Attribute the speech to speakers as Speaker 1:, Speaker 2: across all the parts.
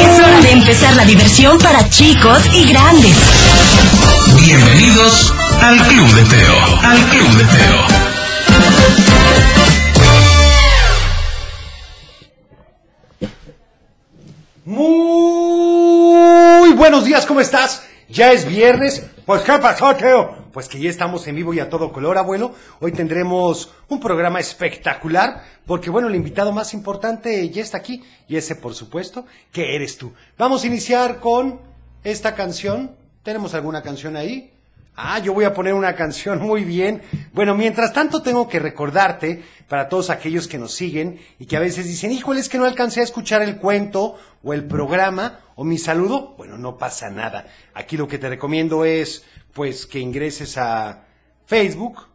Speaker 1: Es hora de empezar la diversión para chicos y grandes.
Speaker 2: Bienvenidos al Club de Teo. Al Club de Teo.
Speaker 3: Muy buenos días, ¿cómo estás? Ya es viernes. Pues, ¿qué pasó, Teo? Pues que ya estamos en vivo y a todo color, abuelo. Hoy tendremos un programa espectacular, porque, bueno, el invitado más importante ya está aquí, y ese, por supuesto, que eres tú. Vamos a iniciar con esta canción. ¿Tenemos alguna canción ahí? Ah, yo voy a poner una canción muy bien. Bueno, mientras tanto tengo que recordarte para todos aquellos que nos siguen y que a veces dicen, híjole, es que no alcancé a escuchar el cuento o el programa o mi saludo. Bueno, no pasa nada. Aquí lo que te recomiendo es, pues, que ingreses a Facebook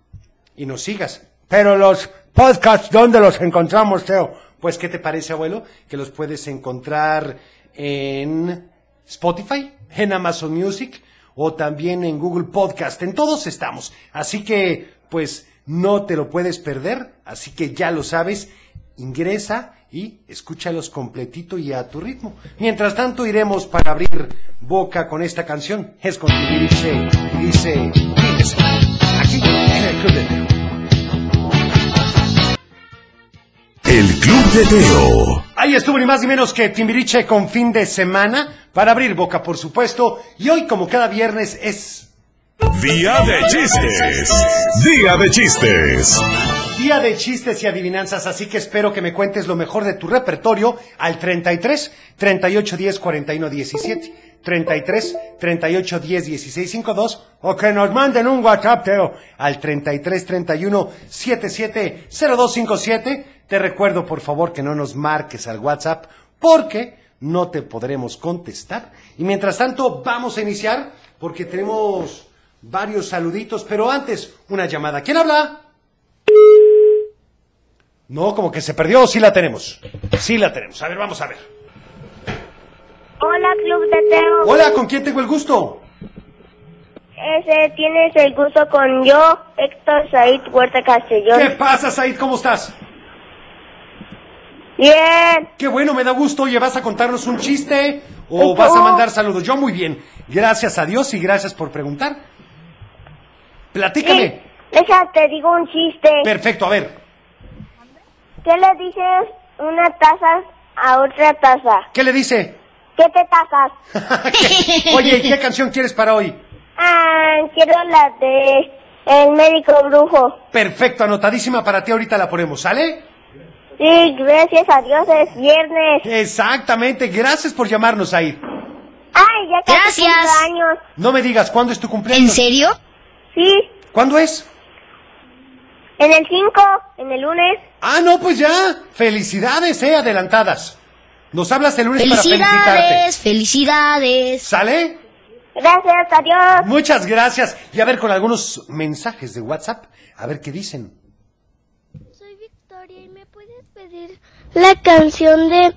Speaker 3: y nos sigas. Pero los podcasts, ¿dónde los encontramos, Teo? Pues, ¿qué te parece, abuelo? Que los puedes encontrar en Spotify, en Amazon Music, o también en Google Podcast. En todos estamos. Así que, pues, no te lo puedes perder. Así que ya lo sabes. Ingresa y escúchalos completito y a tu ritmo. Mientras tanto, iremos para abrir boca con esta canción. Es con y dice, y dice, dice, aquí en el Club de Teo.
Speaker 2: El Club de Teo.
Speaker 3: Ahí estuvo ni más ni menos que Timbiriche con fin de semana para abrir boca, por supuesto. Y hoy, como cada viernes, es
Speaker 2: Día de chistes. Día de chistes.
Speaker 3: día de chistes y adivinanzas, así que espero que me cuentes lo mejor de tu repertorio al 33 38 10 41 17. 33 38 10 16 52 o que nos manden un WhatsApp, Teo, al 33 31 77 02 57. Te recuerdo, por favor, que no nos marques al WhatsApp porque no te podremos contestar. Y mientras tanto, vamos a iniciar porque tenemos varios saluditos, pero antes, una llamada. ¿Quién habla? No, como que se perdió, sí la tenemos. Sí la tenemos. A ver, vamos a ver.
Speaker 4: Hola, Club de Teo.
Speaker 3: Hola, ¿con quién tengo el gusto?
Speaker 4: Ese, tienes el gusto con yo, Héctor Said Huerta
Speaker 3: ¿Qué
Speaker 4: Castellón.
Speaker 3: pasa, Said? ¿Cómo estás?
Speaker 4: Bien.
Speaker 3: Qué bueno, me da gusto. Oye, ¿vas a contarnos un chiste o vas a mandar saludos? Yo muy bien. Gracias a Dios y gracias por preguntar.
Speaker 4: Sí,
Speaker 5: Eh,
Speaker 3: Platícame.
Speaker 4: deja, te digo un chiste.
Speaker 3: Perfecto, a ver.
Speaker 4: ¿Qué le dices una taza a otra taza?
Speaker 3: ¿Qué le dice?
Speaker 4: ¿Qué te tasas?
Speaker 3: Oye, ¿y ¿qué canción quieres para hoy?
Speaker 4: Ah, quiero la de El Médico Brujo.
Speaker 3: Perfecto, anotadísima para ti. Ahorita la ponemos, ¿sale?
Speaker 4: Sí, gracias a Dios es viernes.
Speaker 3: Exactamente. Gracias por llamarnos, Said.
Speaker 4: Ay, ya casi
Speaker 5: Gracias.
Speaker 4: cumplo años.
Speaker 3: No me digas, ¿cuándo es tu
Speaker 5: ¿En
Speaker 3: cumpleaños?
Speaker 5: serio?
Speaker 4: Sí,
Speaker 3: ¿Cuándo es?
Speaker 4: en el 5, en el lunes.
Speaker 3: Ah, no, pues ya. Felicidades, eh, adelantadas. Nos hablas el lunes para felicitarte.
Speaker 5: Felicidades, felicidades.
Speaker 3: ¿Sale?
Speaker 4: Gracias a Dios.
Speaker 3: Muchas gracias. Y a ver con algunos mensajes de WhatsApp, a ver qué dicen.
Speaker 6: Soy Victoria y me puedes pedir la canción de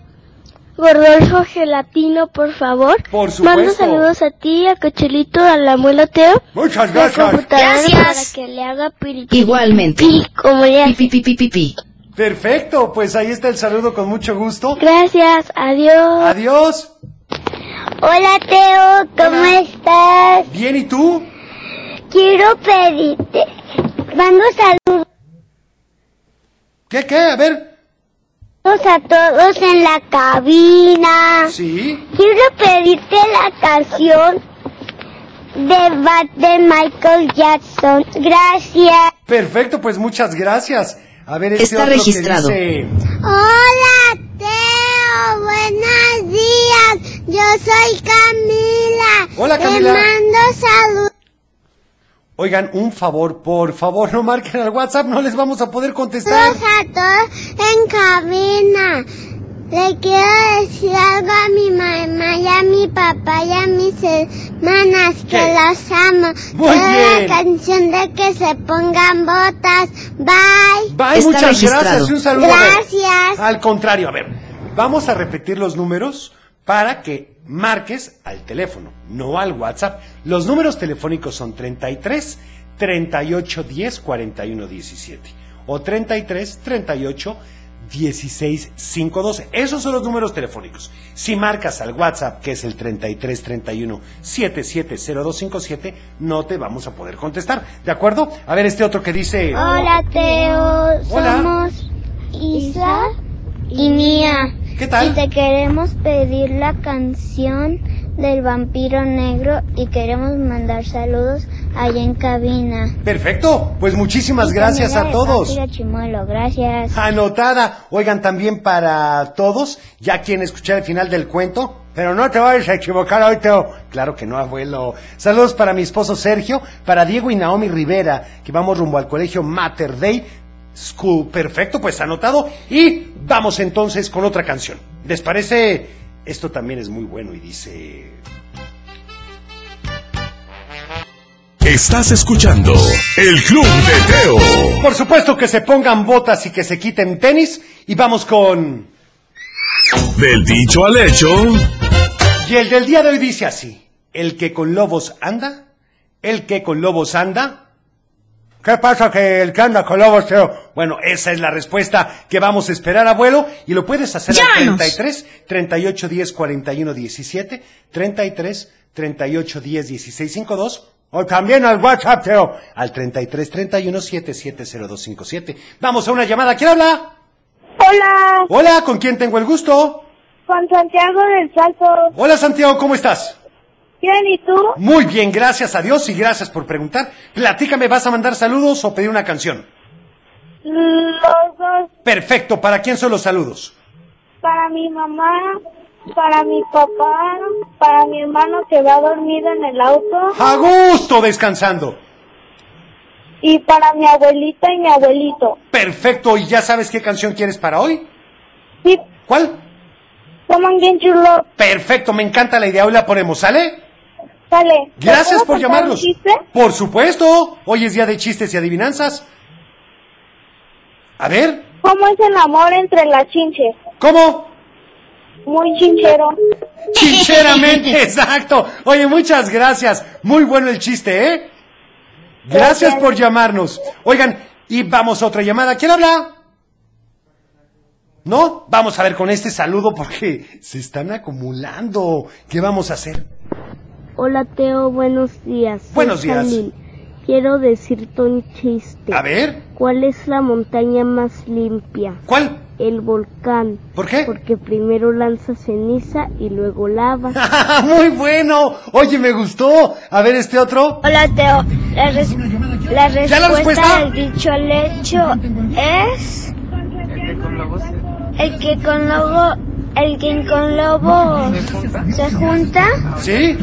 Speaker 6: Gordolfo Gelatino, por favor.
Speaker 3: Por supuesto.
Speaker 6: Mando saludos a ti, a Cochelito, al abuelo Teo.
Speaker 3: Muchas
Speaker 6: La computadora
Speaker 5: Gracias.
Speaker 6: para que le haga piripipi,
Speaker 5: Igualmente.
Speaker 6: como le hace.
Speaker 5: Pi, pi, pi, pi, pi.
Speaker 3: Perfecto, pues ahí está el saludo con mucho gusto.
Speaker 6: Gracias, adiós.
Speaker 3: Adiós.
Speaker 6: Hola Teo,
Speaker 3: ¿cómo Hola.
Speaker 6: estás?
Speaker 3: Bien, ¿y tú?
Speaker 6: Quiero pedirte, mando saludos
Speaker 3: ¿Qué, qué? A ver.
Speaker 6: a todos en la cabina.
Speaker 3: Sí.
Speaker 6: Quiero pedirte la canción de Bad de Michael Jackson. Gracias.
Speaker 3: Perfecto, pues muchas gracias. A ver, este
Speaker 5: Está
Speaker 3: otro que
Speaker 5: registrado.
Speaker 3: dice-
Speaker 6: Hola, Teo. Buenos días. Yo soy Camila.
Speaker 3: Hola,
Speaker 6: Te
Speaker 3: Camila.
Speaker 6: mando saludos.
Speaker 3: Oigan, un favor, por favor, no marquen al WhatsApp, no les vamos a poder contestar.
Speaker 6: a todos en cabina. Le quiero decir algo a mi mamá y a mi papá y a mis hermanas que
Speaker 3: ¿Qué?
Speaker 6: los amo.
Speaker 3: Muy
Speaker 6: Quiero
Speaker 3: bien.
Speaker 6: la canción de que se pongan botas. Bye.
Speaker 3: Bye,
Speaker 5: Está
Speaker 3: muchas
Speaker 5: registrado.
Speaker 3: gracias y un saludo. a ver.
Speaker 6: Gracias.
Speaker 3: Al contrario, a ver, vamos a repetir los números para que marques al teléfono, no al WhatsApp. Los números telefónicos son 33 38 10 41 17 o 33 38 1652. Esos son los números telefónicos. Si marcas al WhatsApp, que es el 3331 770257, no te vamos a poder contestar. ¿De acuerdo? A ver, este otro que dice.
Speaker 6: Hola, Teo.
Speaker 3: Hola.
Speaker 6: Somos Isa y Mía.
Speaker 3: ¿Qué tal?
Speaker 6: Y te queremos pedir la canción del vampiro negro y queremos mandar saludos allá en cabina.
Speaker 3: Perfecto. Pues muchísimas gracias a todos.
Speaker 6: Vampiro Chimuelo, gracias.
Speaker 3: Anotada. Oigan, también para todos, ya quieren escuchar el final del cuento, pero no te vayas a equivocar hoy, Teo. Claro que no, abuelo. Saludos para mi esposo Sergio, para Diego y Naomi Rivera, que vamos rumbo al colegio Mater Day School. Perfecto, pues anotado. Y vamos entonces con otra canción. ¿Les parece? Esto también es muy bueno y dice...
Speaker 2: Estás escuchando El Club de Teo.
Speaker 3: Por supuesto que se pongan botas y que se quiten tenis y vamos con...
Speaker 2: Del dicho al hecho,
Speaker 3: Y el del día de hoy dice así: El que con lobos anda, el que con lobos anda. ¿Qué pasa que el que anda con lobos, Teo? Bueno, esa es la respuesta que vamos a esperar, abuelo, y lo puedes hacer al
Speaker 1: Llámanos.
Speaker 3: 33 38 10 41 17, 33 38 10 16 52 o también al WhatsApp, Teo, al 33 31 770257. Vamos a una llamada. ¿Quién habla?
Speaker 4: Hola,
Speaker 3: Hola, ¿con quién tengo el gusto?
Speaker 4: con Santiago del Salto.
Speaker 3: Hola, Santiago, ¿cómo estás?
Speaker 4: ¿Quién y tú?
Speaker 3: Muy bien, gracias a Dios y gracias por preguntar. Platícame, ¿vas a mandar saludos o pedir una canción?
Speaker 4: Los dos,
Speaker 3: Perfecto, ¿para quién son los saludos?
Speaker 4: para mi mamá, para mi papá, para mi hermano que va dormido en el auto
Speaker 3: A gusto descansando.
Speaker 4: y para mi abuelita y mi abuelito.
Speaker 3: Perfecto, ¿y ya sabes qué canción quieres para hoy?
Speaker 4: Sí,
Speaker 3: ¿Cuál?
Speaker 4: toman bien chulo.
Speaker 3: Perfecto, me encanta la idea, hoy la ponemos, ¿sale?
Speaker 4: Sale. ¿Te
Speaker 3: Gracias
Speaker 4: puedo contar
Speaker 3: por
Speaker 4: un
Speaker 3: llamarnos.
Speaker 4: chiste?
Speaker 3: Por supuesto, hoy es día de chistes y adivinanzas. A ver,
Speaker 4: ¿Cómo es el amor entre las chinches?
Speaker 3: ¿cómo?
Speaker 4: Muy chinchero.
Speaker 3: Sinceramente, exacto. Oye, muchas gracias. Muy bueno el chiste, ¿eh? Gracias por llamarnos. Oigan, y vamos a otra llamada. ¿Quién habla? ¿No? Vamos a ver con este saludo porque se están acumulando. ¿Qué vamos a hacer?
Speaker 7: Hola Teo, buenos días. Soy
Speaker 3: Buenos días.
Speaker 7: Jalil. Quiero decirte un chiste.
Speaker 3: A ver,
Speaker 7: ¿Cuál es la montaña más limpia?
Speaker 3: ¿cuál?
Speaker 7: El volcán.
Speaker 3: ¿Por qué?
Speaker 7: Porque primero lanza ceniza y luego lava.
Speaker 3: Ah. Muy bueno. Oye, me gustó. A ver este otro.
Speaker 6: Hola, Teo. La,
Speaker 3: ¿Ya la respuesta? del
Speaker 6: dicho al hecho es... El que con lobo... El que con lobo se junta
Speaker 3: ¿Sí?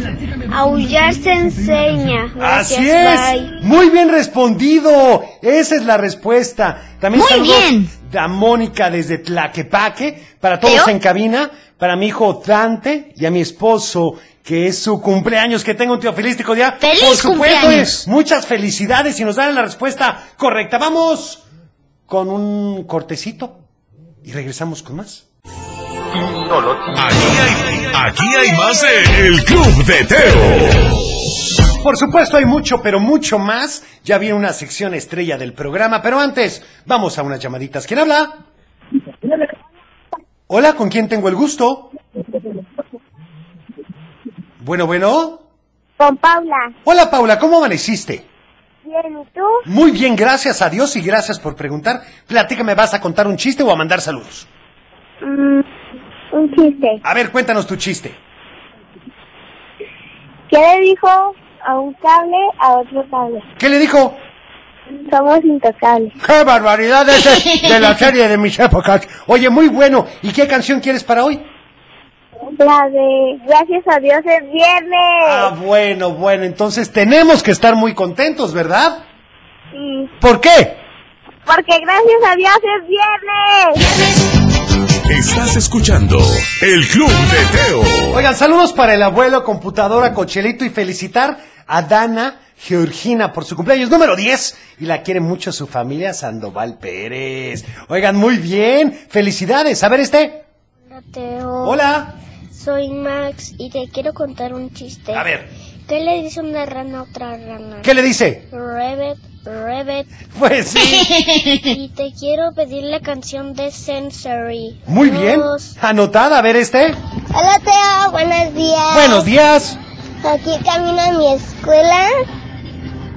Speaker 6: Aullar se enseña.
Speaker 3: Así es. Muy bien respondido. Esa es la respuesta. También
Speaker 5: Muy
Speaker 3: saludos
Speaker 5: bien.
Speaker 3: a Mónica desde Tlaquepaque. Para todos
Speaker 5: ¿Teo?
Speaker 3: en cabina. Para mi hijo Dante y a mi esposo, que es su cumpleaños. Que tenga un teofilístico día.
Speaker 5: ¡Feliz
Speaker 3: Por supuesto,
Speaker 5: cumpleaños!
Speaker 3: eh, muchas felicidades y nos dan la respuesta correcta. Vamos con un cortecito y regresamos con más.
Speaker 2: aquí hay, aquí hay más de El Club de Teo.
Speaker 3: Por supuesto hay mucho, pero mucho más. Ya viene una sección estrella del programa, pero antes vamos a unas llamaditas. ¿Quién habla? Hola, ¿con quién tengo el gusto? Bueno, bueno.
Speaker 4: Con Paula.
Speaker 3: Hola Paula, ¿cómo amaneciste?
Speaker 4: Bien, ¿y tú?
Speaker 3: Muy bien, gracias a Dios y gracias por preguntar. Platícame, ¿vas a contar un chiste o a mandar saludos?
Speaker 4: un chiste.
Speaker 3: A ver, cuéntanos tu chiste.
Speaker 4: ¿Qué le dijo a un cable a otro cable?
Speaker 3: ¿Qué le dijo?
Speaker 4: Somos intocables.
Speaker 3: ¡Qué barbaridades de, de la serie de mis épocas! Oye, muy bueno. ¿Y qué canción quieres para hoy?
Speaker 4: La de gracias a Dios es viernes.
Speaker 3: Ah, bueno, bueno, entonces tenemos que estar muy contentos, ¿verdad?
Speaker 4: Mm,
Speaker 3: ¿Por qué?
Speaker 4: Porque gracias a Dios es viernes.
Speaker 2: Estás escuchando El Club de Teo.
Speaker 3: Oigan, saludos para el abuelo, computadora, cochelito y felicitar a Dana Georgina por su cumpleaños número 10 y la quiere mucho su familia Sandoval Pérez. Oigan, muy bien, felicidades. A ver este.
Speaker 6: Hola, Teo.
Speaker 3: Hola.
Speaker 6: Soy Max y te quiero contar un chiste.
Speaker 3: A ver,
Speaker 6: ¿Qué le dice una rana a otra rana?
Speaker 3: ¿qué le dice?
Speaker 6: Rabbit, Rabbit.
Speaker 3: Pues sí.
Speaker 6: Y te quiero pedir la canción de Sensory.
Speaker 3: Muy bien. Anotada, a ver este.
Speaker 6: Hola Teo, buenos días.
Speaker 3: Buenos días.
Speaker 6: Aquí camino a mi escuela.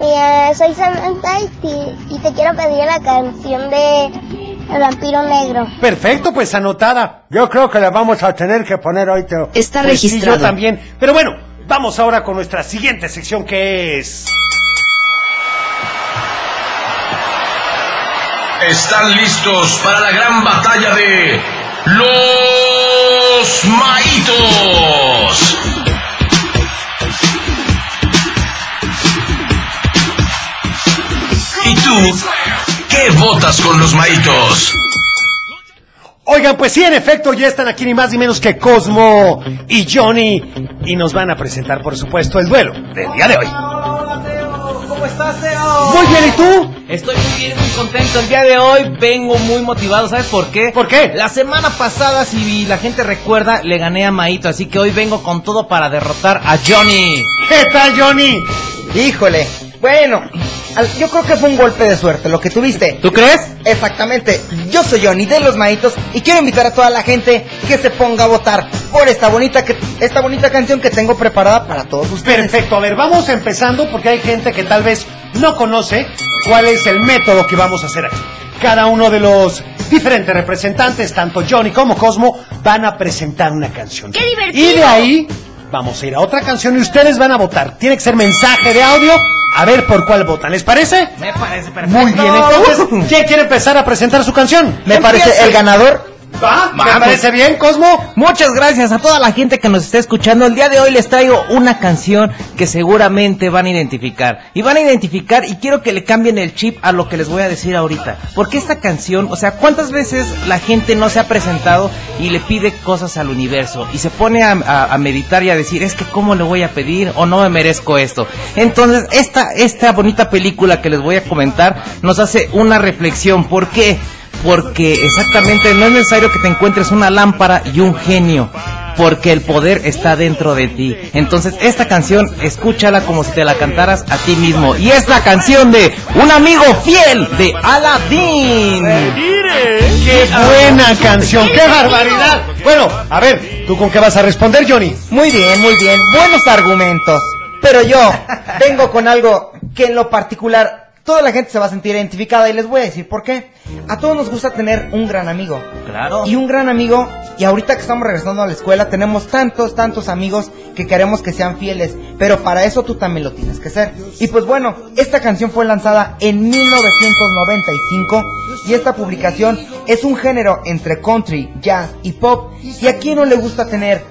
Speaker 6: Mira, soy Samantha y te, y te quiero pedir la canción de El vampiro negro.
Speaker 3: Perfecto, pues anotada. Yo creo que la vamos a tener que poner hoy, Teo.
Speaker 5: Está
Speaker 3: Pues sí,
Speaker 5: registrado.
Speaker 3: yo también. Pero bueno, vamos ahora con nuestra siguiente sección que es...
Speaker 2: Están listos para la gran batalla de los maitos. ¿Y tú qué votas con los maitos?
Speaker 3: Oigan, pues sí, en efecto, ya están aquí ni más ni menos que Cosmo y Johnny. Y nos van a presentar, por supuesto, el duelo del día de hoy.
Speaker 8: ¿Cómo estás, Teo?
Speaker 3: Muy bien, ¿y tú?
Speaker 8: Estoy muy bien, muy contento. El día de hoy vengo muy motivado. ¿Sabes por qué?
Speaker 3: ¿Por qué?
Speaker 8: La semana pasada, si la gente recuerda, le gané a Maito. Así que hoy vengo con todo para derrotar a Johnny.
Speaker 3: ¿Qué tal, Johnny?
Speaker 9: Híjole. Bueno, al- yo creo que fue un golpe de suerte lo que tuviste.
Speaker 8: ¿Tú crees?
Speaker 9: Exactamente, yo soy Johnny de los Maitos y quiero invitar a toda la gente que se ponga a votar por esta bonita que- esta bonita canción que tengo preparada para todos ustedes.
Speaker 3: Pues Perfecto, a ver, vamos empezando porque hay gente que tal vez no conoce cuál es el método que vamos a hacer aquí. Cada uno de los diferentes representantes, tanto Johnny como Cosmo, van a presentar una canción.
Speaker 5: ¡Qué divertido!
Speaker 3: Y de ahí vamos a ir a otra canción y ustedes van a votar. Tiene que ser mensaje de audio, a ver por cuál votan. ¿Les parece?
Speaker 8: Me parece perfecto.
Speaker 3: Muy bien, entonces, ¿quién quiere empezar a presentar su canción?
Speaker 9: Me parece el ganador.
Speaker 3: ¿Ah? ¿Me parece bien, Cosmo?
Speaker 8: Muchas gracias a toda la gente que nos está escuchando. El día de hoy les traigo una canción que seguramente van a identificar. Y van a identificar y quiero que le cambien el chip a lo que les voy a decir ahorita. Porque esta canción, o sea, ¿cuántas veces la gente no se ha presentado y le pide cosas al universo? Y se pone a, a- a meditar y a decir, es que cómo le voy a pedir o no me merezco esto. Entonces, esta, esta bonita película que les voy a comentar nos hace una reflexión. ¿Por qué? Porque exactamente no es necesario que te encuentres una lámpara y un genio, porque el poder está dentro de ti. Entonces esta canción, escúchala como si te la cantaras a ti mismo. Y es la canción de Un amigo fiel de Aladdin.
Speaker 3: ¡Qué buena canción! ¡Qué barbaridad! Bueno, a ver, ¿tú con qué vas a responder, Johnny?
Speaker 9: Muy bien, muy bien. Buenos argumentos. Pero yo vengo con algo que en lo particular toda la gente se va a sentir identificada y les voy a decir por qué. A todos nos gusta tener un gran amigo.
Speaker 8: Claro.
Speaker 9: Y un gran amigo, y ahorita que estamos regresando a la escuela, tenemos tantos, tantos amigos que queremos que sean fieles, pero para eso tú también lo tienes que ser. Y pues bueno, esta canción fue lanzada en 1995 y esta publicación es un género entre country, jazz y pop, y a quién no le gusta tener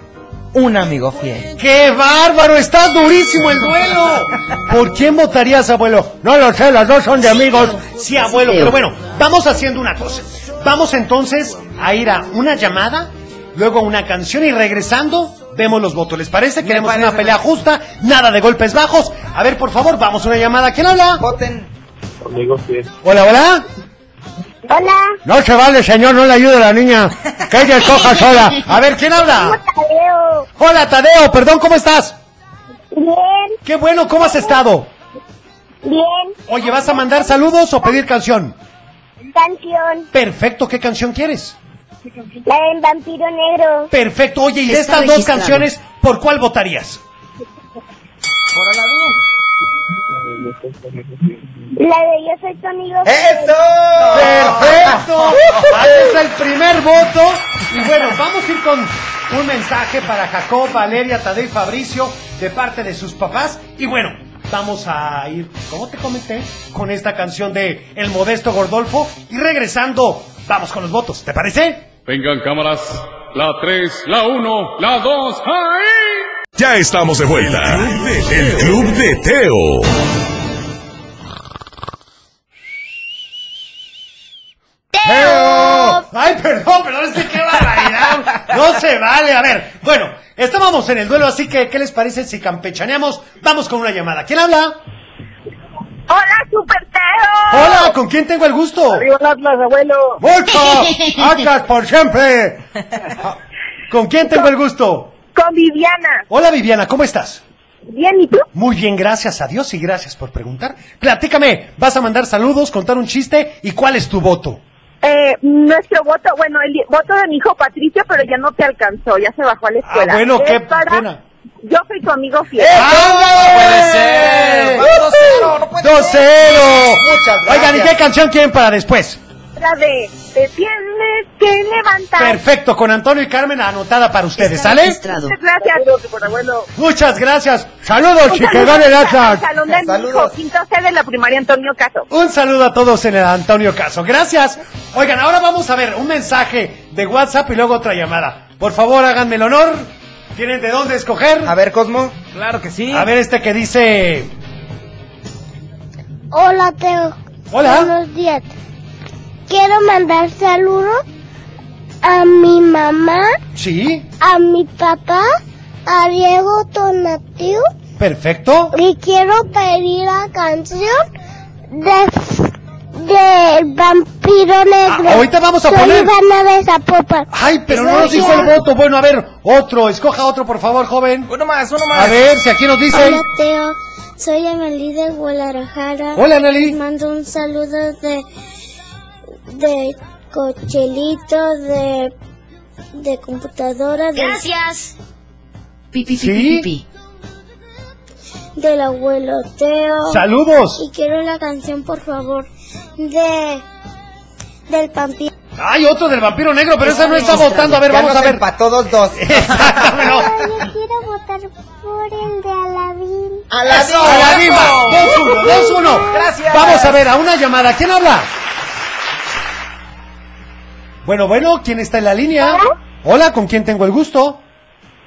Speaker 9: un amigo fiel.
Speaker 3: ¡Qué bárbaro! ¡Está durísimo el duelo! ¿Por quién votarías, abuelo? No lo sé, las dos son de amigos. Sí, abuelo, pero bueno, vamos haciendo una cosa. Vamos entonces a ir a una llamada, luego a una canción y regresando vemos los votos. ¿Les parece? Queremos una pelea justa, nada de golpes bajos. A ver, por favor, vamos a una llamada. ¿Quién habla?
Speaker 9: Voten.
Speaker 3: Hola, hola.
Speaker 4: Hola,
Speaker 3: No se vale, señor, no le ayude a la niña. Que ella escoja sola. A ver, ¿quién habla?
Speaker 4: Tadeo.
Speaker 3: Hola, Tadeo, perdón, ¿cómo estás?
Speaker 4: Bien,
Speaker 3: Qué bueno, ¿cómo has estado?
Speaker 4: bien.
Speaker 3: Oye, ¿vas a mandar saludos o pedir canción?
Speaker 4: Canción.
Speaker 3: Perfecto, ¿qué canción quieres?
Speaker 4: La del vampiro negro.
Speaker 3: Perfecto, oye, y de
Speaker 5: Está
Speaker 3: estas dos
Speaker 5: registrado.
Speaker 3: canciones, ¿por cuál votarías?
Speaker 4: La de yo soy tu amigo.
Speaker 3: ¡Perfecto! Ahí está el primer voto. Y bueno, vamos a ir con un mensaje para Jacob, Valeria, Tadeo y Fabricio de parte de sus papás. Y bueno, vamos a ir, como te comenté, con esta canción de El Modesto Gordolfo. Y regresando, vamos con los votos. ¿Te parece?
Speaker 10: Vengan cámaras, la 3, la 1, la 2, ¡ahí!
Speaker 2: Ya estamos de vuelta. El Club de Teo.
Speaker 3: Ay, perdón, pero es que qué barbaridad. No se vale. A ver, bueno, estábamos en el duelo, así que, ¿qué les parece si campechaneamos? Vamos con una llamada. ¿Quién habla?
Speaker 4: Hola, Super Teo.
Speaker 3: Hola, ¿con quién tengo el gusto?
Speaker 4: abuelo.
Speaker 3: ¡Mucho! ¡Acas por siempre! Ah, ¿Con quién tengo el gusto?
Speaker 4: Con Viviana.
Speaker 3: Hola Viviana, ¿cómo estás?
Speaker 4: Bien, ¿y tú?
Speaker 3: Muy bien, gracias a Dios y gracias por preguntar. Platícame, vas a mandar saludos, contar un chiste y cuál es tu voto.
Speaker 11: Eh, nuestro voto, bueno, el voto de mi hijo Patricio, pero ya no te alcanzó, ya se bajó a la escuela.
Speaker 3: Ah, bueno,
Speaker 11: Es
Speaker 3: qué
Speaker 11: para-
Speaker 3: pena. Eh,
Speaker 11: Yo soy tu amigo fiel.
Speaker 3: ¡Ah,
Speaker 11: no puede ser!
Speaker 3: ¡Dos cero!
Speaker 11: Muchas gracias.
Speaker 3: Oigan, ¿y qué canción quieren para después?
Speaker 11: La de te tienes que levantar.
Speaker 3: Perfecto, con Antonio y Carmen anotada para ustedes, ¿sale?
Speaker 11: Muchas gracias. Por abuelo.
Speaker 3: Muchas gracias. Saludos, chiquedón el Atlas.
Speaker 11: Salón de mi hijo, quinto C de la primaria Antonio Caso.
Speaker 3: Un saludo a todos en el Antonio Caso. Gracias. Oigan, ahora vamos a ver un mensaje de WhatsApp y luego otra llamada. Por favor, háganme el honor. ¿Tienen de dónde escoger? A
Speaker 9: ver, Cosmo.
Speaker 8: Claro que sí.
Speaker 3: A ver este que dice...
Speaker 6: Hola, Teo.
Speaker 3: Hola.
Speaker 6: Buenos días. Quiero mandar saludos a mi mamá,
Speaker 3: Sí,
Speaker 6: a mi papá, a Diego Tonatiu
Speaker 3: perfecto.
Speaker 6: y quiero pedir la canción de del vampiro negro.
Speaker 3: Ah, ahorita vamos a
Speaker 6: Soy
Speaker 3: poner. Ah,
Speaker 6: Ivana de Zapopan.
Speaker 3: Ay, pero no nos dijo el voto. Bueno, a ver, otro. Escoja otro, por favor, joven.
Speaker 8: Uno más, uno
Speaker 3: A ver si aquí nos dicen...
Speaker 12: Hola, Teo. Soy Analí de Guadalajara.
Speaker 3: Hola, Analí.
Speaker 12: Les Mando un saludo de. de cochelito, de. de computadora. De,
Speaker 5: Gracias.
Speaker 12: Pipi,
Speaker 3: ¿Sí? pipi,
Speaker 12: Del abuelo Teo.
Speaker 3: Saludos.
Speaker 12: Y quiero la canción, por favor, de. del Pampín.
Speaker 3: Ay, otro del vampiro negro, pero esa no está votando. A ver,
Speaker 9: Ya
Speaker 3: vamos
Speaker 9: nos
Speaker 3: a ver.
Speaker 9: empató dos, dos.
Speaker 6: Quiero votar por el de Aladín.
Speaker 3: Eso, Aladín, va. 2-1, 2-1.
Speaker 9: Gracias.
Speaker 3: Vamos a ver, a una llamada. ¿Quién habla? Bueno, bueno, ¿quién está en la línea? Hola, ¿con quién tengo el gusto?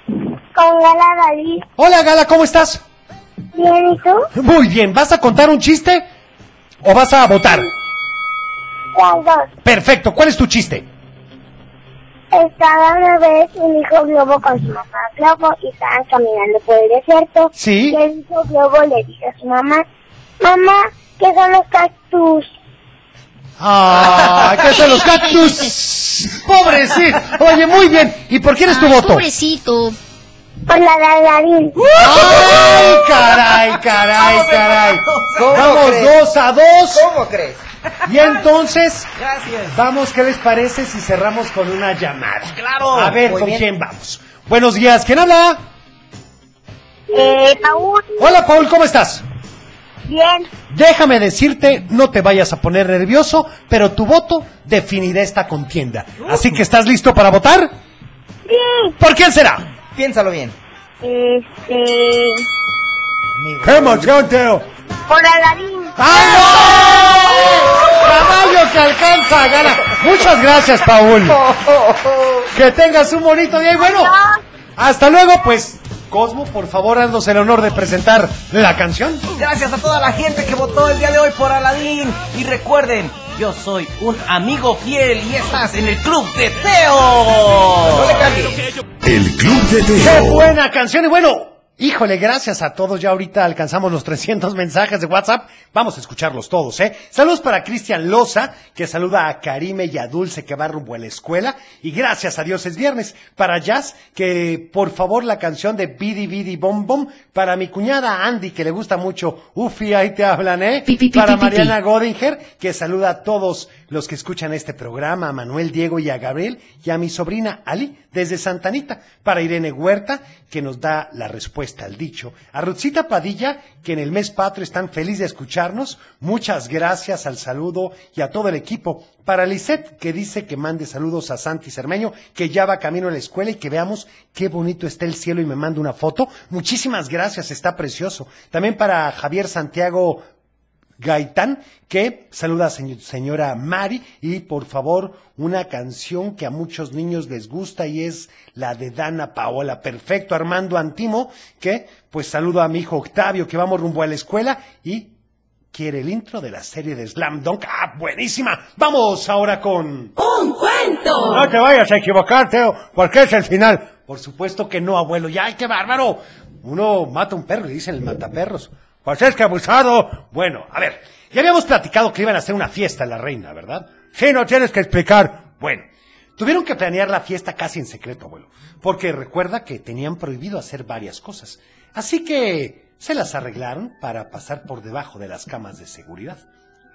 Speaker 6: Con Gala David.
Speaker 3: Hola, Gala, ¿cómo estás?
Speaker 6: Bien, ¿y tú?
Speaker 3: Muy bien, ¿vas a contar un chiste o vas a votar?
Speaker 6: Las dos.
Speaker 3: Perfecto, ¿cuál es tu chiste?
Speaker 6: Estaba una vez un hijo globo con su mamá globo y estaban caminando por el desierto.
Speaker 3: Sí.
Speaker 6: Y el hijo globo le dice a su mamá, mamá, ¿qué son los cactus?
Speaker 3: Ah, ¿qué son los cactus? Pobrecito. Oye, muy bien. ¿Y por quién es tu voto?
Speaker 5: Pobrecito.
Speaker 6: Por la de Aladín.
Speaker 3: ¡Ay, caray, caray, caray!
Speaker 9: ¿Cómo
Speaker 3: Vamos
Speaker 9: crees?
Speaker 3: dos a dos.
Speaker 9: ¿Cómo crees?
Speaker 3: Y entonces,
Speaker 9: Gracias.
Speaker 3: vamos, ¿qué les parece si cerramos con una llamada?
Speaker 9: Claro.
Speaker 3: A ver,
Speaker 9: Muy
Speaker 3: ¿con
Speaker 9: bien.
Speaker 3: quién vamos? Buenos días, ¿quién habla?
Speaker 6: Eh, Paul,
Speaker 3: Hola, Paul, ¿cómo estás?
Speaker 6: bien.
Speaker 3: Déjame decirte, no te vayas a poner nervioso, pero tu voto definirá esta contienda. Así que, ¿estás listo para votar?
Speaker 6: Sí.
Speaker 3: ¿Por quién será?
Speaker 9: Piénsalo bien.
Speaker 6: Este...
Speaker 9: Amigo.
Speaker 3: ¡Qué emoción, Teo!
Speaker 6: Por Aladín.
Speaker 3: ¡Vamos! Caballo que alcanza, gana. Muchas gracias, Paul. Que tengas un bonito día y bueno. Hasta luego, pues. Cosmo, por favor, haznos el honor de presentar la canción.
Speaker 8: Gracias a toda la gente que votó el día de hoy por Aladín. Y recuerden, yo soy un amigo fiel y estás en el club de Teo. No le cambies.
Speaker 2: El Club de
Speaker 3: ¡Qué
Speaker 2: Teo.
Speaker 3: buena canción! Y bueno, híjole, gracias a todos. Ya ahorita alcanzamos los 300 mensajes de WhatsApp. Vamos a escucharlos todos, ¿eh? Saludos para Cristian Loza, que saluda a Karime y a Dulce, que va rumbo a la escuela. Y gracias a Dios es viernes. Para Jazz, que por favor la canción de Bidi Bidi Bom Bom. Para mi cuñada Andy, que le gusta mucho. Ufi, ahí te hablan, ¿eh?
Speaker 5: Pi, pi, pi,
Speaker 3: Para
Speaker 5: pi, pi, pi.
Speaker 3: Mariana Godinger, que saluda a todos los que escuchan este programa, a Manuel, Diego y a Gabriel, y a mi sobrina Ali, desde Santanita, para Irene Huerta, que nos da la respuesta al dicho, a Rutzita Padilla, que en el mes patrio están felices de escucharnos, muchas gracias al saludo y a todo el equipo, para Lisette, que dice que mande saludos a Santi Cermeño, que ya va camino a la escuela y que veamos qué bonito está el cielo y me manda una foto, muchísimas gracias, está precioso. También para Javier Santiago Gaitán, que saluda a señ- señora Mari y por favor una canción que a muchos niños les gusta y es la de Dana Paola. Perfecto, Armando Antimo, que pues saluda a mi hijo Octavio, que vamos rumbo a la escuela y quiere el intro de la serie de Slam Dunk. ¡Ah, buenísima! Vamos ahora con...
Speaker 1: ¡Un cuento!
Speaker 3: No te vayas a equivocar, Teo, porque es el final. Por supuesto que no, abuelo. Ya, ¡ay, qué bárbaro! Uno mata un perro y dicen el mataperros. Pues es que abusado. Bueno, a ver, ya habíamos platicado que iban a hacer una fiesta en la reina, ¿verdad? Sí, no tienes que explicar. Bueno, tuvieron que planear la fiesta casi en secreto, abuelo. Porque recuerda que tenían prohibido hacer varias cosas. Así que se las arreglaron para pasar por debajo de las camas de seguridad.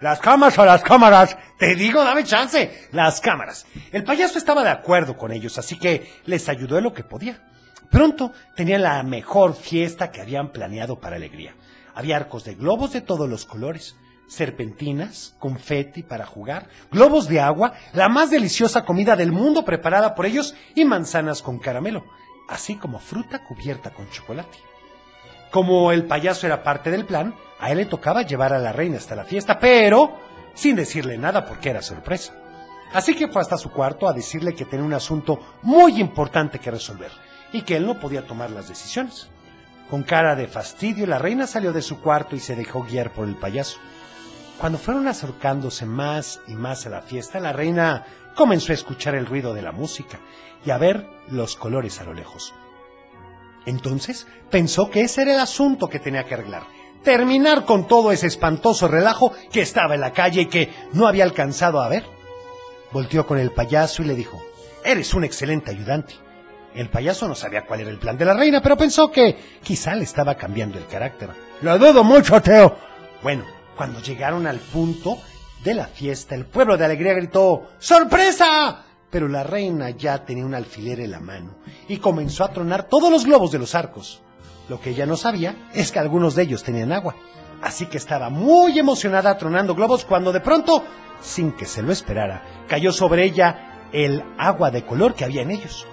Speaker 3: Las camas a las cámaras. Te digo, dame chance. Las cámaras. El payaso estaba de acuerdo con ellos, así que les ayudó en lo que podía. Pronto tenían la mejor fiesta que habían planeado para alegría. Había arcos de globos de todos los colores, serpentinas, confeti para jugar, globos de agua, la más deliciosa comida del mundo preparada por ellos y manzanas con caramelo, así como fruta cubierta con chocolate. Como el payaso era parte del plan, a él le tocaba llevar a la reina hasta la fiesta, pero sin decirle nada porque era sorpresa. Así que fue hasta su cuarto a decirle que tenía un asunto muy importante que resolver y que él no podía tomar las decisiones. Con cara de fastidio, la reina salió de su cuarto y se dejó guiar por el payaso. Cuando fueron acercándose más y más a la fiesta, la reina comenzó a escuchar el ruido de la música y a ver los colores a lo lejos. Entonces pensó que ese era el asunto que tenía que arreglar. Terminar con todo ese espantoso relajo que estaba en la calle y que no había alcanzado a ver. Volteó con el payaso y le dijo, Eres un excelente ayudante. El payaso no sabía cuál era el plan de la reina, pero pensó que quizá le estaba cambiando el carácter. Lo dudo mucho, Teo. Bueno, cuando llegaron al punto de la fiesta, el pueblo de alegría gritó, ¡Sorpresa! Pero la reina ya tenía un alfiler en la mano y comenzó a tronar todos los globos de los arcos. Lo que ella no sabía es que algunos de ellos tenían agua. Así que estaba muy emocionada tronando globos cuando de pronto, sin que se lo esperara, cayó sobre ella el agua de color que había en ellos.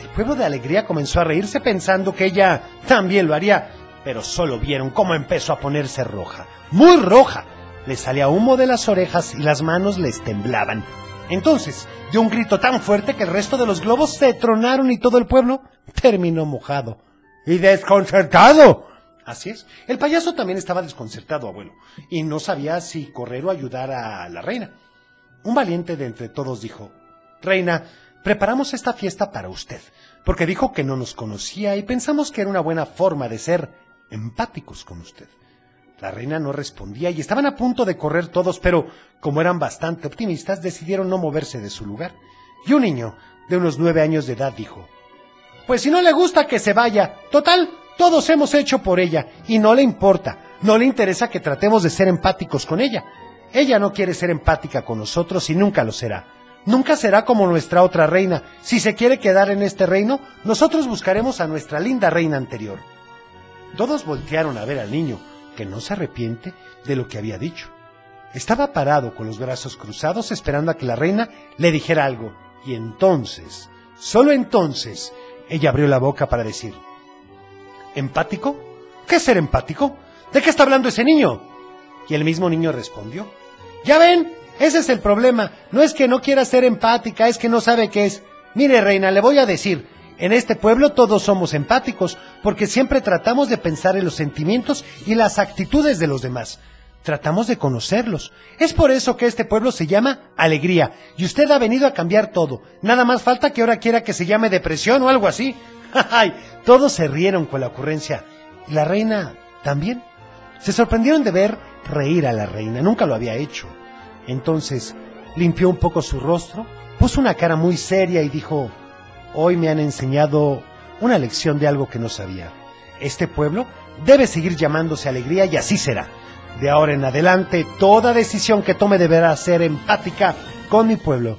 Speaker 3: El pueblo de alegría comenzó a reírse pensando que ella también lo haría, pero solo vieron cómo empezó a ponerse roja, muy roja. Le salía humo de las orejas y las manos les temblaban. Entonces dio un grito tan fuerte que el resto de los globos se tronaron y todo el pueblo terminó mojado y desconcertado. Así es, el payaso también estaba desconcertado, abuelo, y no sabía si correr o ayudar a la reina. Un valiente de entre todos dijo, Reina, preparamos esta fiesta para usted, porque dijo que no nos conocía y pensamos que era una buena forma de ser empáticos con usted. La reina no respondía y estaban a punto de correr todos, pero como eran bastante optimistas, decidieron no moverse de su lugar. Y un niño de unos nueve años de edad dijo, Pues si no le gusta que se vaya, total, todos hemos hecho por ella y no le importa, no le interesa que tratemos de ser empáticos con ella. Ella no quiere ser empática con nosotros y nunca lo será. Nunca será como nuestra otra reina. Si se quiere quedar en este reino, nosotros buscaremos a nuestra linda reina anterior. Todos voltearon a ver al niño, que no se arrepiente de lo que había dicho. Estaba parado con los brazos cruzados esperando a que la reina le dijera algo. Y entonces, solo entonces, ella abrió la boca para decir, ¿Empático? ¿Qué es ser empático? ¿De qué está hablando ese niño? Y el mismo niño respondió, Ya ven, ese es el problema. No es que no quiera ser empática, es que no sabe qué es. Mire, reina, le voy a decir, en este pueblo todos somos empáticos, porque siempre tratamos de pensar en los sentimientos y las actitudes de los demás. Tratamos de conocerlos. Es por eso que este pueblo se llama Alegría, y usted ha venido a cambiar todo. Nada más falta que ahora quiera que se llame depresión o algo así. ¡Ay! Todos se rieron con la ocurrencia. ¿Y la reina también? Se sorprendieron de ver reír a la reina, nunca lo había hecho. Entonces limpió un poco su rostro, puso una cara muy seria y dijo, hoy me han enseñado una lección de algo que no sabía. Este pueblo debe seguir llamándose alegría y así será. De ahora en adelante, toda decisión que tome deberá ser empática con mi pueblo.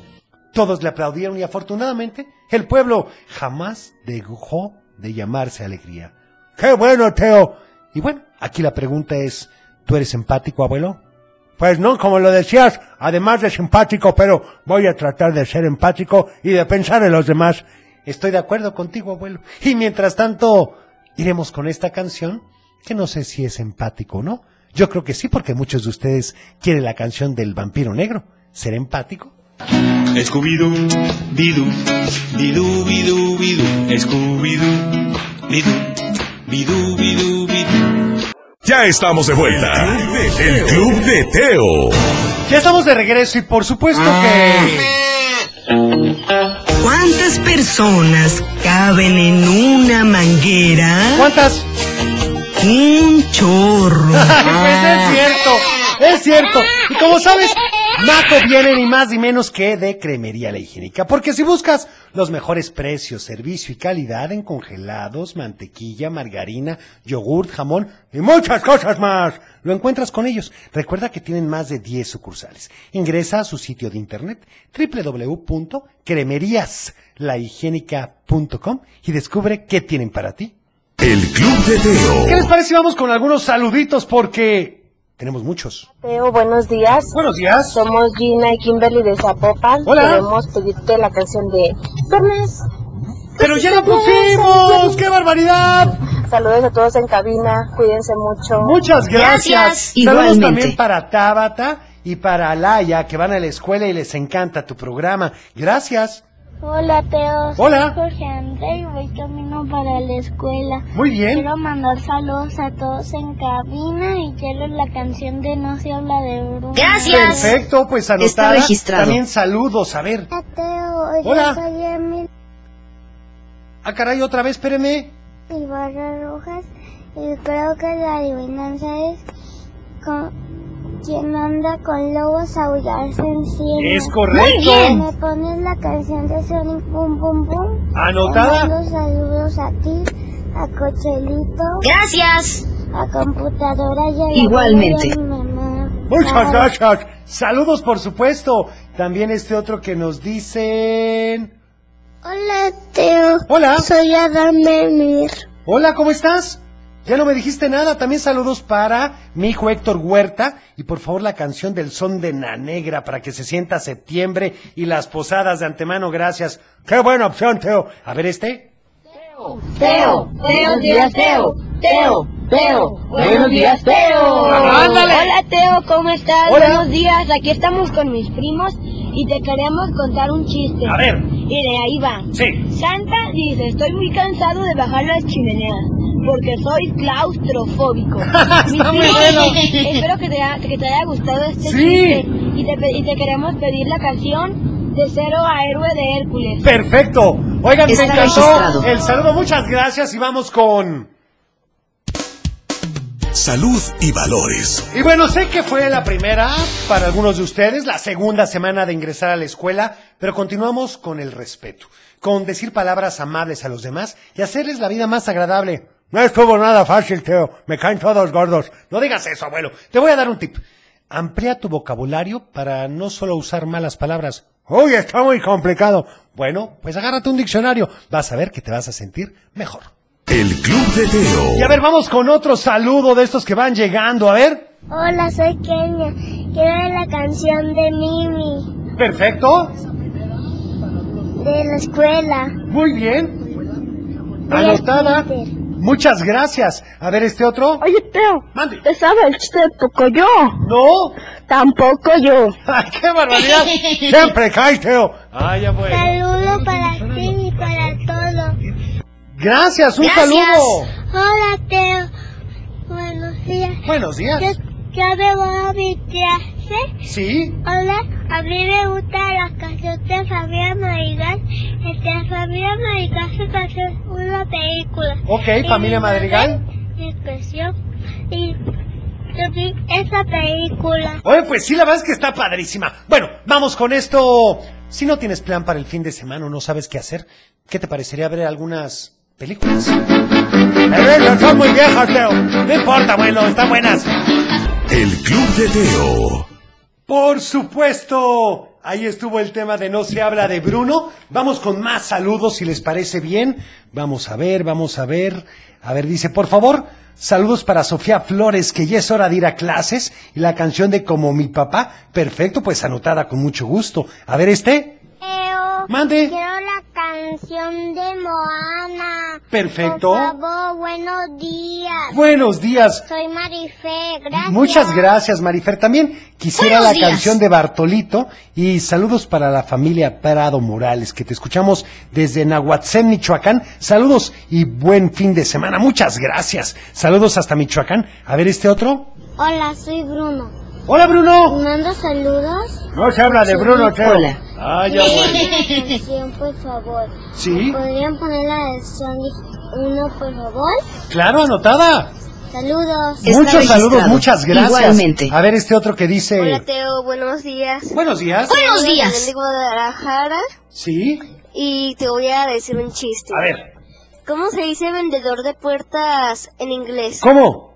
Speaker 3: Todos le aplaudieron y afortunadamente el pueblo jamás dejó de llamarse alegría. ¡Qué bueno, Teo! Y bueno, aquí la pregunta es, ¿tú eres empático, abuelo? Pues no, como lo decías, además de simpático, pero voy a tratar de ser empático y de pensar en los demás. Estoy de acuerdo contigo, abuelo. Y mientras tanto, iremos con esta canción, que no sé si es empático o no. Yo creo que sí, porque muchos de ustedes quieren la canción del vampiro negro. ¿Ser empático?
Speaker 13: Escubidú, bidú, bidú, bidú, bidú, escubidú, bidú, bidú, bidú, bidú.
Speaker 2: Ya estamos de vuelta. El Club de Teo.
Speaker 3: Ya estamos de regreso y por supuesto que...
Speaker 1: ¿Cuántas personas caben en una manguera?
Speaker 3: ¿Cuántas?
Speaker 1: Un chorro.
Speaker 3: Pues es cierto, es cierto. Y como sabes, Naco viene ni más ni menos que de Cremería La Higiénica. Porque si buscas los mejores precios, servicio y calidad en congelados, mantequilla, margarina, yogurt, jamón y muchas cosas más, lo encuentras con ellos. Recuerda que tienen más de 10 sucursales. Ingresa a su sitio de internet www.cremeriaslahigiénica.com y descubre qué tienen para ti.
Speaker 2: El Club de
Speaker 3: ¿Qué les
Speaker 2: Teo.
Speaker 3: parece si vamos con algunos saluditos? Porque tenemos muchos.
Speaker 14: Teo, buenos días.
Speaker 3: Buenos días.
Speaker 14: Somos Gina y Kimberly de Zapopan.
Speaker 3: Hola.
Speaker 14: Queremos pedirte la canción de Viernes.
Speaker 3: ¡Pero ya la pusimos! ¡Qué barbaridad!
Speaker 14: Saludos a todos en cabina. Cuídense mucho.
Speaker 3: Muchas gracias. Saludos también para Tabata y para Alaya, que van a la escuela y les encanta tu programa. Gracias.
Speaker 12: Hola, Teo.
Speaker 3: Hola.
Speaker 12: Soy Jorge André y voy camino para la escuela.
Speaker 3: Muy bien.
Speaker 12: Quiero mandar saludos a todos en cabina y quiero la canción de No se habla de Bruno.
Speaker 3: Perfecto, pues anotada.
Speaker 12: Está registrado.
Speaker 3: También saludos, a ver.
Speaker 12: Teo, yo
Speaker 3: Hola.
Speaker 12: soy Emil
Speaker 3: Ah, caray, otra vez, espéreme.
Speaker 12: Ibarra Rojas y creo que la adivinanza es con... Quien anda con lobos aullarse encima.
Speaker 3: Es correcto. Muy bien.
Speaker 12: Me pones la canción de Sonic Boom Boom Boom.
Speaker 3: Anotada.
Speaker 12: Te mando saludos a ti, a Cochelito.
Speaker 5: Gracias.
Speaker 12: A computadora y a la
Speaker 3: Igualmente.
Speaker 12: tele y a mi mamá.
Speaker 3: Muchas
Speaker 12: Bye.
Speaker 3: gracias. Saludos, por supuesto. También este otro que nos dicen.
Speaker 12: Hola, Teo.
Speaker 3: Hola.
Speaker 12: Soy Adam Demir.
Speaker 3: Hola, ¿cómo estás? Ya no me dijiste nada. También saludos para mi hijo Héctor Huerta. Y por favor, la canción del son de Na Negra para que se sienta septiembre y las posadas de antemano. Gracias. ¡Qué buena opción, Teo! A ver, este.
Speaker 15: Teo, buenos días, Teo, Teo, Teo, buenos días, Teo.
Speaker 3: Ándale.
Speaker 15: Hola, Teo, ¿cómo estás?
Speaker 3: Hola.
Speaker 15: Buenos días, aquí estamos con mis primos y te queremos contar un chiste.
Speaker 16: A ver.
Speaker 15: Y de ahí va.
Speaker 16: Sí.
Speaker 15: Santa dice, estoy muy cansado de bajar las chimeneas porque soy claustrofóbico. Mi
Speaker 16: Está muy
Speaker 15: primo,
Speaker 16: bueno.
Speaker 15: Espero que te, ha- que te haya gustado este
Speaker 16: Sí.
Speaker 15: chiste y te, pe- y te queremos pedir la canción de cero a héroe de Hércules.
Speaker 3: Perfecto. Oigan,
Speaker 15: Está
Speaker 3: me encantó
Speaker 15: registrado.
Speaker 3: el saludo. Muchas gracias y vamos con.
Speaker 2: Salud y valores.
Speaker 3: Y bueno, sé que fue la primera para algunos de ustedes, la segunda semana de ingresar a la escuela, pero continuamos con el respeto, con decir palabras amables a los demás y hacerles la vida más agradable. No estuvo nada fácil, Teo. Me caen todos gordos. No digas eso, abuelo. Te voy a dar un tip. Amplía tu vocabulario para no solo usar malas palabras. Uy, está muy complicado. Bueno, pues agárrate un diccionario. Vas a ver que te vas a sentir mejor.
Speaker 2: El Club de Teo.
Speaker 3: Y a ver, vamos con otro saludo de estos que van llegando. A ver.
Speaker 12: Hola, soy Kenia. Quiero la canción de Mimi,
Speaker 3: Perfecto.
Speaker 12: de la escuela.
Speaker 3: Muy bien. Anotada. Muchas gracias. A ver este otro.
Speaker 16: Oye, Teo. ¿Te sabe el chiste de Pocoyo?
Speaker 3: No.
Speaker 16: Tampoco yo.
Speaker 3: ¡Ay, qué barbaridad! Siempre cae, Teo. Ah, ya fue.
Speaker 12: Saludo para ti y para todo.
Speaker 3: Gracias, un saludo.
Speaker 12: Hola, Teo. Buenos días.
Speaker 3: Buenos días.
Speaker 12: Yo, yo me voy a mi clase.
Speaker 3: Sí.
Speaker 12: Hola, a mí me gusta la canción de Fabián Madrigal. Este, Fabián Madrigal se pasó una película.
Speaker 3: Ok,
Speaker 12: Y
Speaker 3: familia
Speaker 12: mi mamá
Speaker 6: ¿eh?
Speaker 3: Madrigal.
Speaker 12: me expresó Y yo vi esa película.
Speaker 3: Oye, pues sí, la verdad es que está padrísima. Bueno, vamos con esto. Si no tienes plan para el fin de semana o no sabes qué hacer, ¿qué te parecería ver algunas películas? Pero son muy viejas, Teo. No importa, bueno, están buenas.
Speaker 2: El Club de Teo.
Speaker 3: Por supuesto. Ahí estuvo el tema de No se habla de Bruno. Vamos con más saludos, si les parece bien. Vamos a ver, vamos a ver. A ver, dice, por favor, saludos para Sofía Flores, que ya es hora de ir a clases. Y la canción de Como mi papá, perfecto, pues anotada con mucho gusto. A ver, este. Mande.
Speaker 12: Quiero la canción de Moana.
Speaker 3: Perfecto.
Speaker 12: Por favor, buenos días.
Speaker 3: Buenos días.
Speaker 12: Soy Marife, gracias.
Speaker 3: Muchas gracias, Marifer. También quisiera la
Speaker 12: Buenos días.
Speaker 3: canción de Bartolito y saludos para la familia Prado Morales, que te escuchamos desde Nahuatzén, Michoacán. Saludos y buen fin de semana. Muchas gracias. Saludos hasta Michoacán. A ver este otro.
Speaker 12: Hola, soy Bruno.
Speaker 3: Hola, Bruno.
Speaker 12: Mando saludos.
Speaker 3: No se habla de Bruno, Teo.
Speaker 12: Hola.
Speaker 3: Ah, ya, bueno.
Speaker 12: canción, por favor.
Speaker 3: Sí.
Speaker 12: ¿Podrían poner la de Sonic 1, por favor?
Speaker 3: Claro, anotada.
Speaker 6: Saludos.
Speaker 3: Muchos saludos, muchas gracias.
Speaker 6: Igualmente.
Speaker 3: A ver, este otro que dice.
Speaker 6: Hola, Teo. Buenos días.
Speaker 3: Buenos días.
Speaker 6: Soy Daniel de Guadalajara
Speaker 3: Sí.
Speaker 6: y te voy a decir un chiste.
Speaker 3: A ver.
Speaker 6: ¿Cómo se dice vendedor de puertas en inglés?
Speaker 3: ¿Cómo?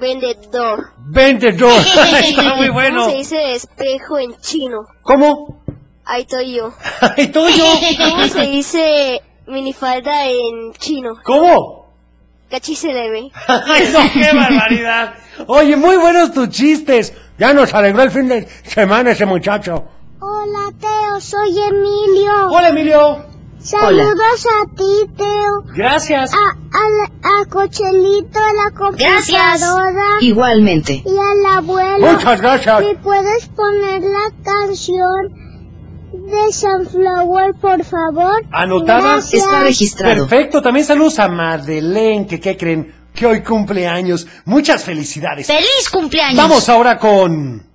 Speaker 6: Vendedor.
Speaker 3: Vendedor. Está muy bueno.
Speaker 6: ¿Cómo se dice espejo en chino?
Speaker 3: ¿Cómo?
Speaker 6: Ahí estoy yo.
Speaker 3: Ahí estoy yo.
Speaker 6: ¿Cómo se dice minifalda en chino?
Speaker 3: ¿Cómo?
Speaker 6: Cachi se debe.
Speaker 3: Ay, no, qué barbaridad. Oye, muy buenos tus chistes. Ya nos alegró el fin de semana ese muchacho.
Speaker 12: Hola, Teo, soy Emilio.
Speaker 3: Hola, Emilio.
Speaker 12: Saludos a ti, Teo.
Speaker 3: Gracias.
Speaker 12: A, a la- a Cochelito, a la computadora.
Speaker 5: Igualmente.
Speaker 12: Y al abuelo.
Speaker 5: Muchas gracias.
Speaker 12: ¿Me puedes poner la canción de Sunflower, por favor?
Speaker 3: Anotada.
Speaker 12: Gracias.
Speaker 3: Perfecto. También saludos a Madeleine, que ¿qué creen? Que hoy cumple años. Muchas felicidades.
Speaker 5: ¡Feliz cumpleaños!
Speaker 3: Vamos ahora con...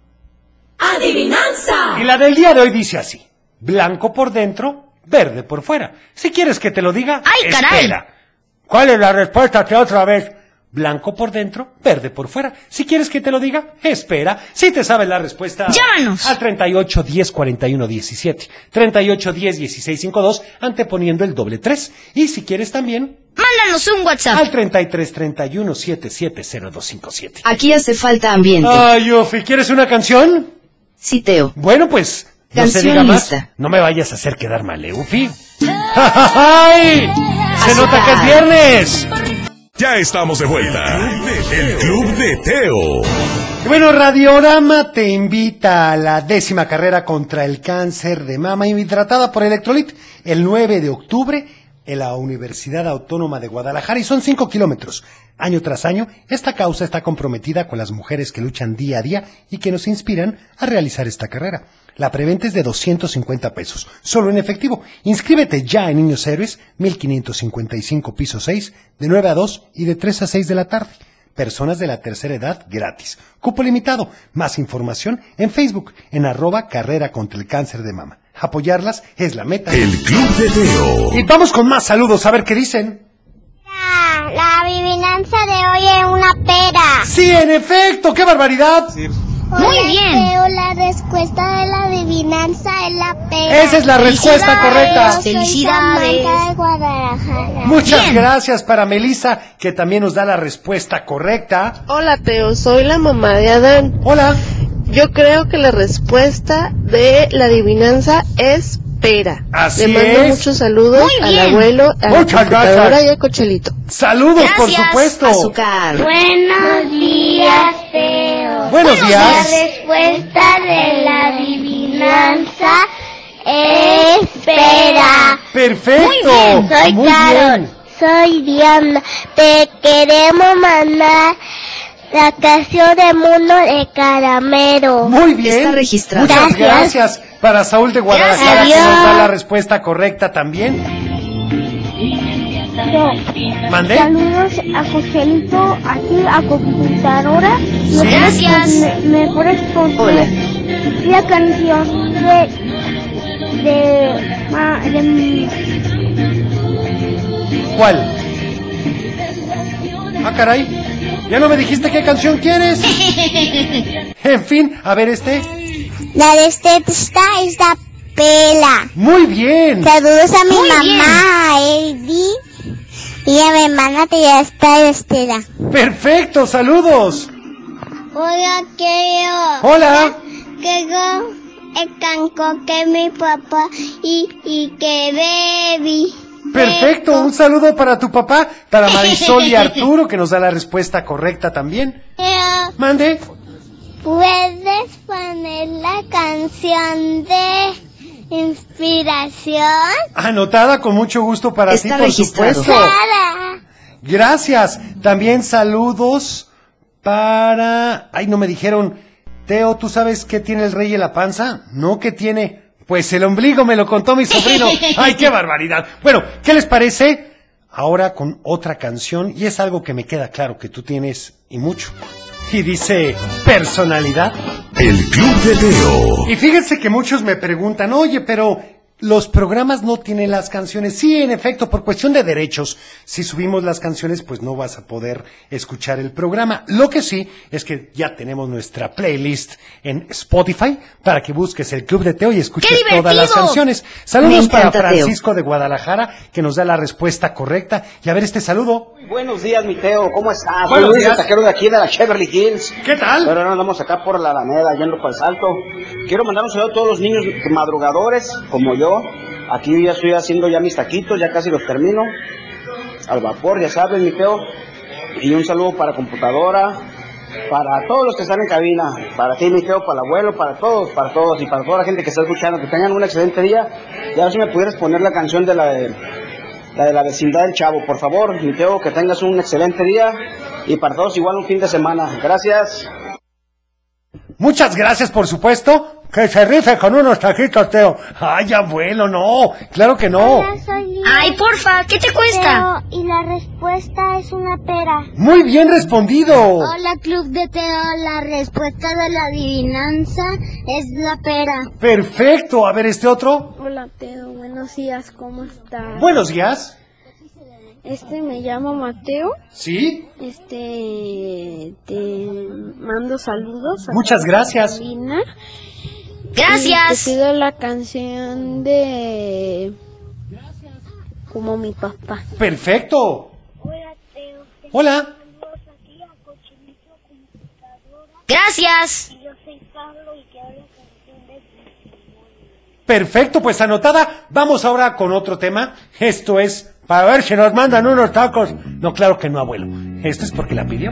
Speaker 1: ¡Adivinanza!
Speaker 3: Y la del día de hoy dice así. Blanco por dentro, verde por fuera. Si quieres que te lo diga,
Speaker 5: ¡Ay, caray!
Speaker 3: espera. ¿Cuál es la respuesta? Te otra vez. Blanco por dentro, verde por fuera. Si quieres que te lo diga, espera. Si te sabes la respuesta,
Speaker 5: Llámanos.
Speaker 3: al 38 10 41 17, 38 10 16 52, anteponiendo el doble 3. Y si quieres también,
Speaker 5: Mándanos un WhatsApp.
Speaker 3: al 33 31 77 0257.
Speaker 5: Aquí hace falta ambiente.
Speaker 17: Ah.
Speaker 3: Ay, Ofi, Ah, ¿quieres una canción?
Speaker 5: Sí, Teo.
Speaker 3: Bueno, pues, no
Speaker 5: Canción
Speaker 3: se diga más.
Speaker 5: lista.
Speaker 3: No me vayas a hacer quedar mal, ¿eh, Ufi? ¡Ay! ¡Se nota que es viernes!
Speaker 2: Ya estamos de vuelta. El Club de Teo.
Speaker 3: Y Bueno, Radiorama te invita a la décima carrera contra el cáncer de mama y tratada por Electrolit el 9 de octubre en la Universidad Autónoma de Guadalajara y son 5 kilómetros. Año tras año, esta causa está comprometida con las mujeres que luchan día a día y que nos inspiran a realizar esta carrera. La preventa es de 250 pesos, solo en efectivo. Inscríbete ya en Niños Héroes, 1555 piso 6, de 9 a 2 y de 3 a 6 de la tarde. Personas de la tercera edad gratis. Cupo limitado. Más información en Facebook, en arroba carrera contra el cáncer de mama. Apoyarlas es la meta.
Speaker 2: El Club de Teo.
Speaker 3: Y vamos con más saludos a ver qué dicen.
Speaker 12: Ah, La adivinanza de hoy es una pera.
Speaker 3: Sí, en efecto, qué barbaridad.
Speaker 12: Muy bien. la respuesta de la adivinanza es la pera.
Speaker 3: Esa es la respuesta correcta.
Speaker 12: Felicidades. Soy Samantha de Guadalajara.
Speaker 3: Muchas gracias para Melissa, que también nos da la respuesta correcta.
Speaker 17: Hola Teo, soy la mamá de Adán.
Speaker 3: Hola.
Speaker 17: Yo creo que la respuesta de la adivinanza es pera.
Speaker 3: Así
Speaker 17: Le mando
Speaker 3: es.
Speaker 17: muchos saludos
Speaker 3: Muy
Speaker 17: al
Speaker 3: bien.
Speaker 17: abuelo, a la
Speaker 3: Muchas
Speaker 17: computadora
Speaker 3: gracias.
Speaker 17: y a Cochelito.
Speaker 3: Saludos, por supuesto.
Speaker 12: Buenos días, Teo.
Speaker 3: Buenos días.
Speaker 12: La respuesta de la adivinanza es pera.
Speaker 3: Perfecto.
Speaker 12: Muy bien, soy
Speaker 3: Muy
Speaker 12: Carol.
Speaker 3: bien.
Speaker 12: Soy Diana. Te queremos mandar la canción de Mundo de Caramelo.
Speaker 3: Muy bien. Muchas gracias para Saúl de Guadalajara, que
Speaker 12: Gracias.
Speaker 3: nos da la respuesta correcta también. ¿Mandé?
Speaker 12: Saludos a Joselito, a ti, a computadora.
Speaker 3: Sí. Gracias.
Speaker 12: Me, me puedes poner
Speaker 3: Hola.
Speaker 12: la canción de. de. ma- de,
Speaker 3: ¿Cuál? Ah, caray. Ya no me dijiste qué canción quieres. En fin, a ver este.
Speaker 12: La de esta es la pela.
Speaker 3: Muy bien.
Speaker 12: Saludos a mi
Speaker 3: Muy
Speaker 12: mamá, Eddie. Y a mi hermana que ya está este Estela.
Speaker 3: Perfecto, saludos.
Speaker 12: Hola, querido.
Speaker 3: Hola.
Speaker 12: Llegó el canco que mi papá y, y que baby.
Speaker 3: Perfecto, un saludo para tu papá, para Marisol y Arturo, que nos da la respuesta correcta también.
Speaker 12: Pero,
Speaker 3: Mande.
Speaker 12: ¿Puedes poner la canción de inspiración?
Speaker 3: Anotada con mucho gusto para ti, por supuesto.
Speaker 12: Clara.
Speaker 3: Gracias. También saludos para... Ay, no me dijeron. Teo, ¿tú sabes qué tiene el rey en la panza? No, ¿qué tiene? Pues el ombligo, me lo contó mi sobrino. Ay, qué barbaridad. Bueno, ¿qué les parece? Ahora con otra canción, y es algo que me queda claro que tú tienes, y mucho. Y dice, personalidad.
Speaker 2: El Club de Teo.
Speaker 3: Y fíjense que muchos me preguntan, oye, pero los programas no tienen las canciones. Sí, en efecto, por cuestión de derechos, si subimos las canciones, pues no vas a poder escuchar el programa. Lo que sí es que ya tenemos nuestra playlist en Spotify para que busques el Club de Teo y escuches
Speaker 2: ¡Qué
Speaker 3: todas las
Speaker 2: divertido!
Speaker 3: canciones.
Speaker 2: Me
Speaker 3: Saludos
Speaker 2: encanta,
Speaker 3: para
Speaker 2: Teo.
Speaker 3: Francisco de Guadalajara, que nos da la respuesta correcta. Y a ver este saludo.
Speaker 9: Buenos días, mi Teo, ¿cómo
Speaker 3: Buenos
Speaker 9: estás? Buenos días.
Speaker 3: días.
Speaker 9: El taquero de aquí, de la Cheverly Hills.
Speaker 3: ¿Qué tal?
Speaker 9: Pero ahora andamos acá por la Alameda, yendo para el Salto. Quiero mandar un saludo a todos los niños madrugadores, como yo. Aquí yo ya estoy haciendo ya mis taquitos, ya casi los termino. Al vapor, ya saben, mi Teo. Y un saludo para computadora, para todos los que están en cabina, para ti, mi Teo, para el abuelo, para todos, para todos y para toda la gente que está escuchando. Que tengan un excelente día. Y a ver si me pudieras poner la canción de la de la de la vecindad del Chavo. Por favor, mi Teo, que tengas un excelente día y para todos igual un fin de semana. Gracias.
Speaker 3: Muchas gracias, por supuesto. Que se rife con unos taquitos, Teo. Ay, abuelo, no. Claro que no.
Speaker 12: Ay, porfa, ¿qué te cuesta? y la respuesta es una pera.
Speaker 3: Muy bien respondido.
Speaker 12: Hola, Club de Teo. La respuesta de la adivinanza es la pera.
Speaker 3: Perfecto. A ver este otro.
Speaker 6: Hola Teo, buenos días, ¿cómo estás?
Speaker 3: Buenos días.
Speaker 6: Este me llamo Mateo.
Speaker 3: Sí.
Speaker 6: Este te mando saludos.
Speaker 3: Muchas
Speaker 6: toda
Speaker 3: gracias.
Speaker 6: la cabina.
Speaker 5: Gracias.
Speaker 6: Y te pido la canción de como mi papá.
Speaker 3: Perfecto. Hola.
Speaker 5: Gracias.
Speaker 3: Perfecto, pues anotada. Vamos ahora con otro tema. Esto es para ver si nos mandan unos tacos. No, claro que no, abuelo. Esto es porque la pidió.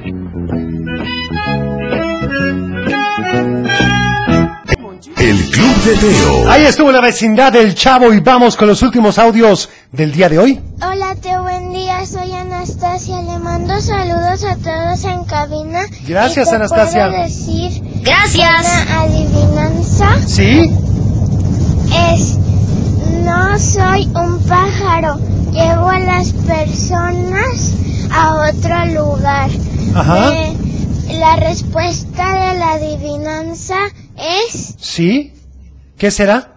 Speaker 2: El Club de Teo.
Speaker 3: Ahí estuvo la vecindad del chavo y vamos con los últimos audios del día de hoy.
Speaker 12: Hola, Teo. Buen día. Soy Anastasia. Le mando saludos a todos en cabina.
Speaker 3: Gracias,
Speaker 12: ¿Y te
Speaker 3: Anastasia.
Speaker 12: puedo decir
Speaker 5: Gracias.
Speaker 12: una adivinanza?
Speaker 3: ¿Sí?
Speaker 12: es no soy un pájaro, llevo a las personas a otro lugar.
Speaker 3: Ajá.
Speaker 12: Eh, la respuesta de la adivinanza es
Speaker 3: ¿Sí? ¿Qué será?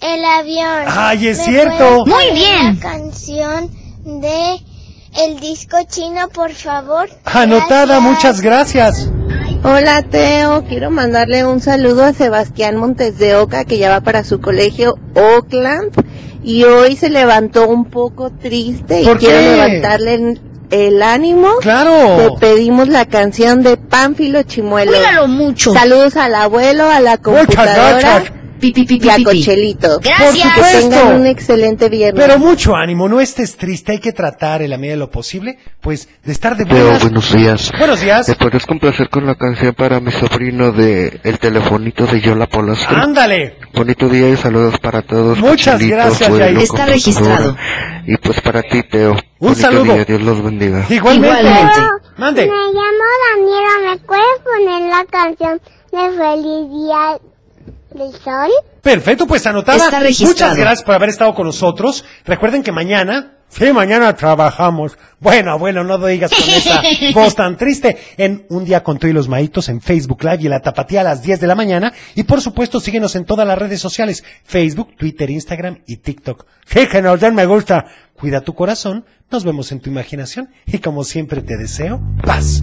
Speaker 12: el avión.
Speaker 3: Ay, es
Speaker 12: Pues, ¿Me
Speaker 3: cierto.
Speaker 12: puedes
Speaker 3: Muy
Speaker 12: poner
Speaker 3: bien.
Speaker 12: La canción de el disco chino, por favor.
Speaker 3: Anotada, muchas gracias.
Speaker 18: Hola Teo, quiero mandarle un saludo a Sebastián Montes de Oca que ya va para su colegio Oakland y hoy se levantó un poco triste y
Speaker 5: ¿Por
Speaker 18: quiero
Speaker 5: qué?
Speaker 18: levantarle el, el ánimo.
Speaker 5: Claro.
Speaker 18: Le pedimos la canción de Pánfilo Chimuelo.
Speaker 5: Cuídalo mucho.
Speaker 18: Saludos al abuelo, a la computadora
Speaker 3: gracias.
Speaker 18: pi, pi, pi, y a
Speaker 5: pi, pi.
Speaker 18: Cochelito.
Speaker 5: Gracias.
Speaker 18: Que tengan
Speaker 3: supuesto.
Speaker 18: un excelente viernes.
Speaker 3: Pero mucho ánimo, no estés triste, hay que tratar en la medida de lo posible, pues, de estar de
Speaker 8: Teo,
Speaker 3: buenas.
Speaker 8: buenos días.
Speaker 3: Buenos días.
Speaker 8: ¿Me podrías complacer con la canción para mi sobrino de El telefonito de Yola Polasco?
Speaker 3: Ándale.
Speaker 8: Bonito día y saludos para todos.
Speaker 3: Ah. Muchas
Speaker 8: Cuchilito,
Speaker 3: gracias,
Speaker 8: abuelo,
Speaker 3: Yair. Está
Speaker 8: computadora.
Speaker 3: registrado.
Speaker 8: Y pues para ti, Teo. Un
Speaker 3: saludo.
Speaker 8: Dios los bendiga.
Speaker 3: Igualmente.
Speaker 12: Me llamo Daniela, ¿me puedes poner la canción de Feliz Día del Sol?
Speaker 3: Perfecto, pues anotada.
Speaker 12: Está registrado.
Speaker 3: Muchas gracias por haber estado con nosotros. Recuerden que mañana, sí, mañana trabajamos. Bueno, abuelo, no lo digas con esa voz tan triste. En Un Día con Tú y los Maitos en Facebook Live y en la Tapatía a las 10 de la mañana. Y por supuesto, síguenos en todas las redes sociales. Facebook, Twitter, Instagram y TikTok. Sí, que nos den me gusta. Cuida tu corazón. Nos vemos en tu imaginación. Y como siempre te deseo, paz.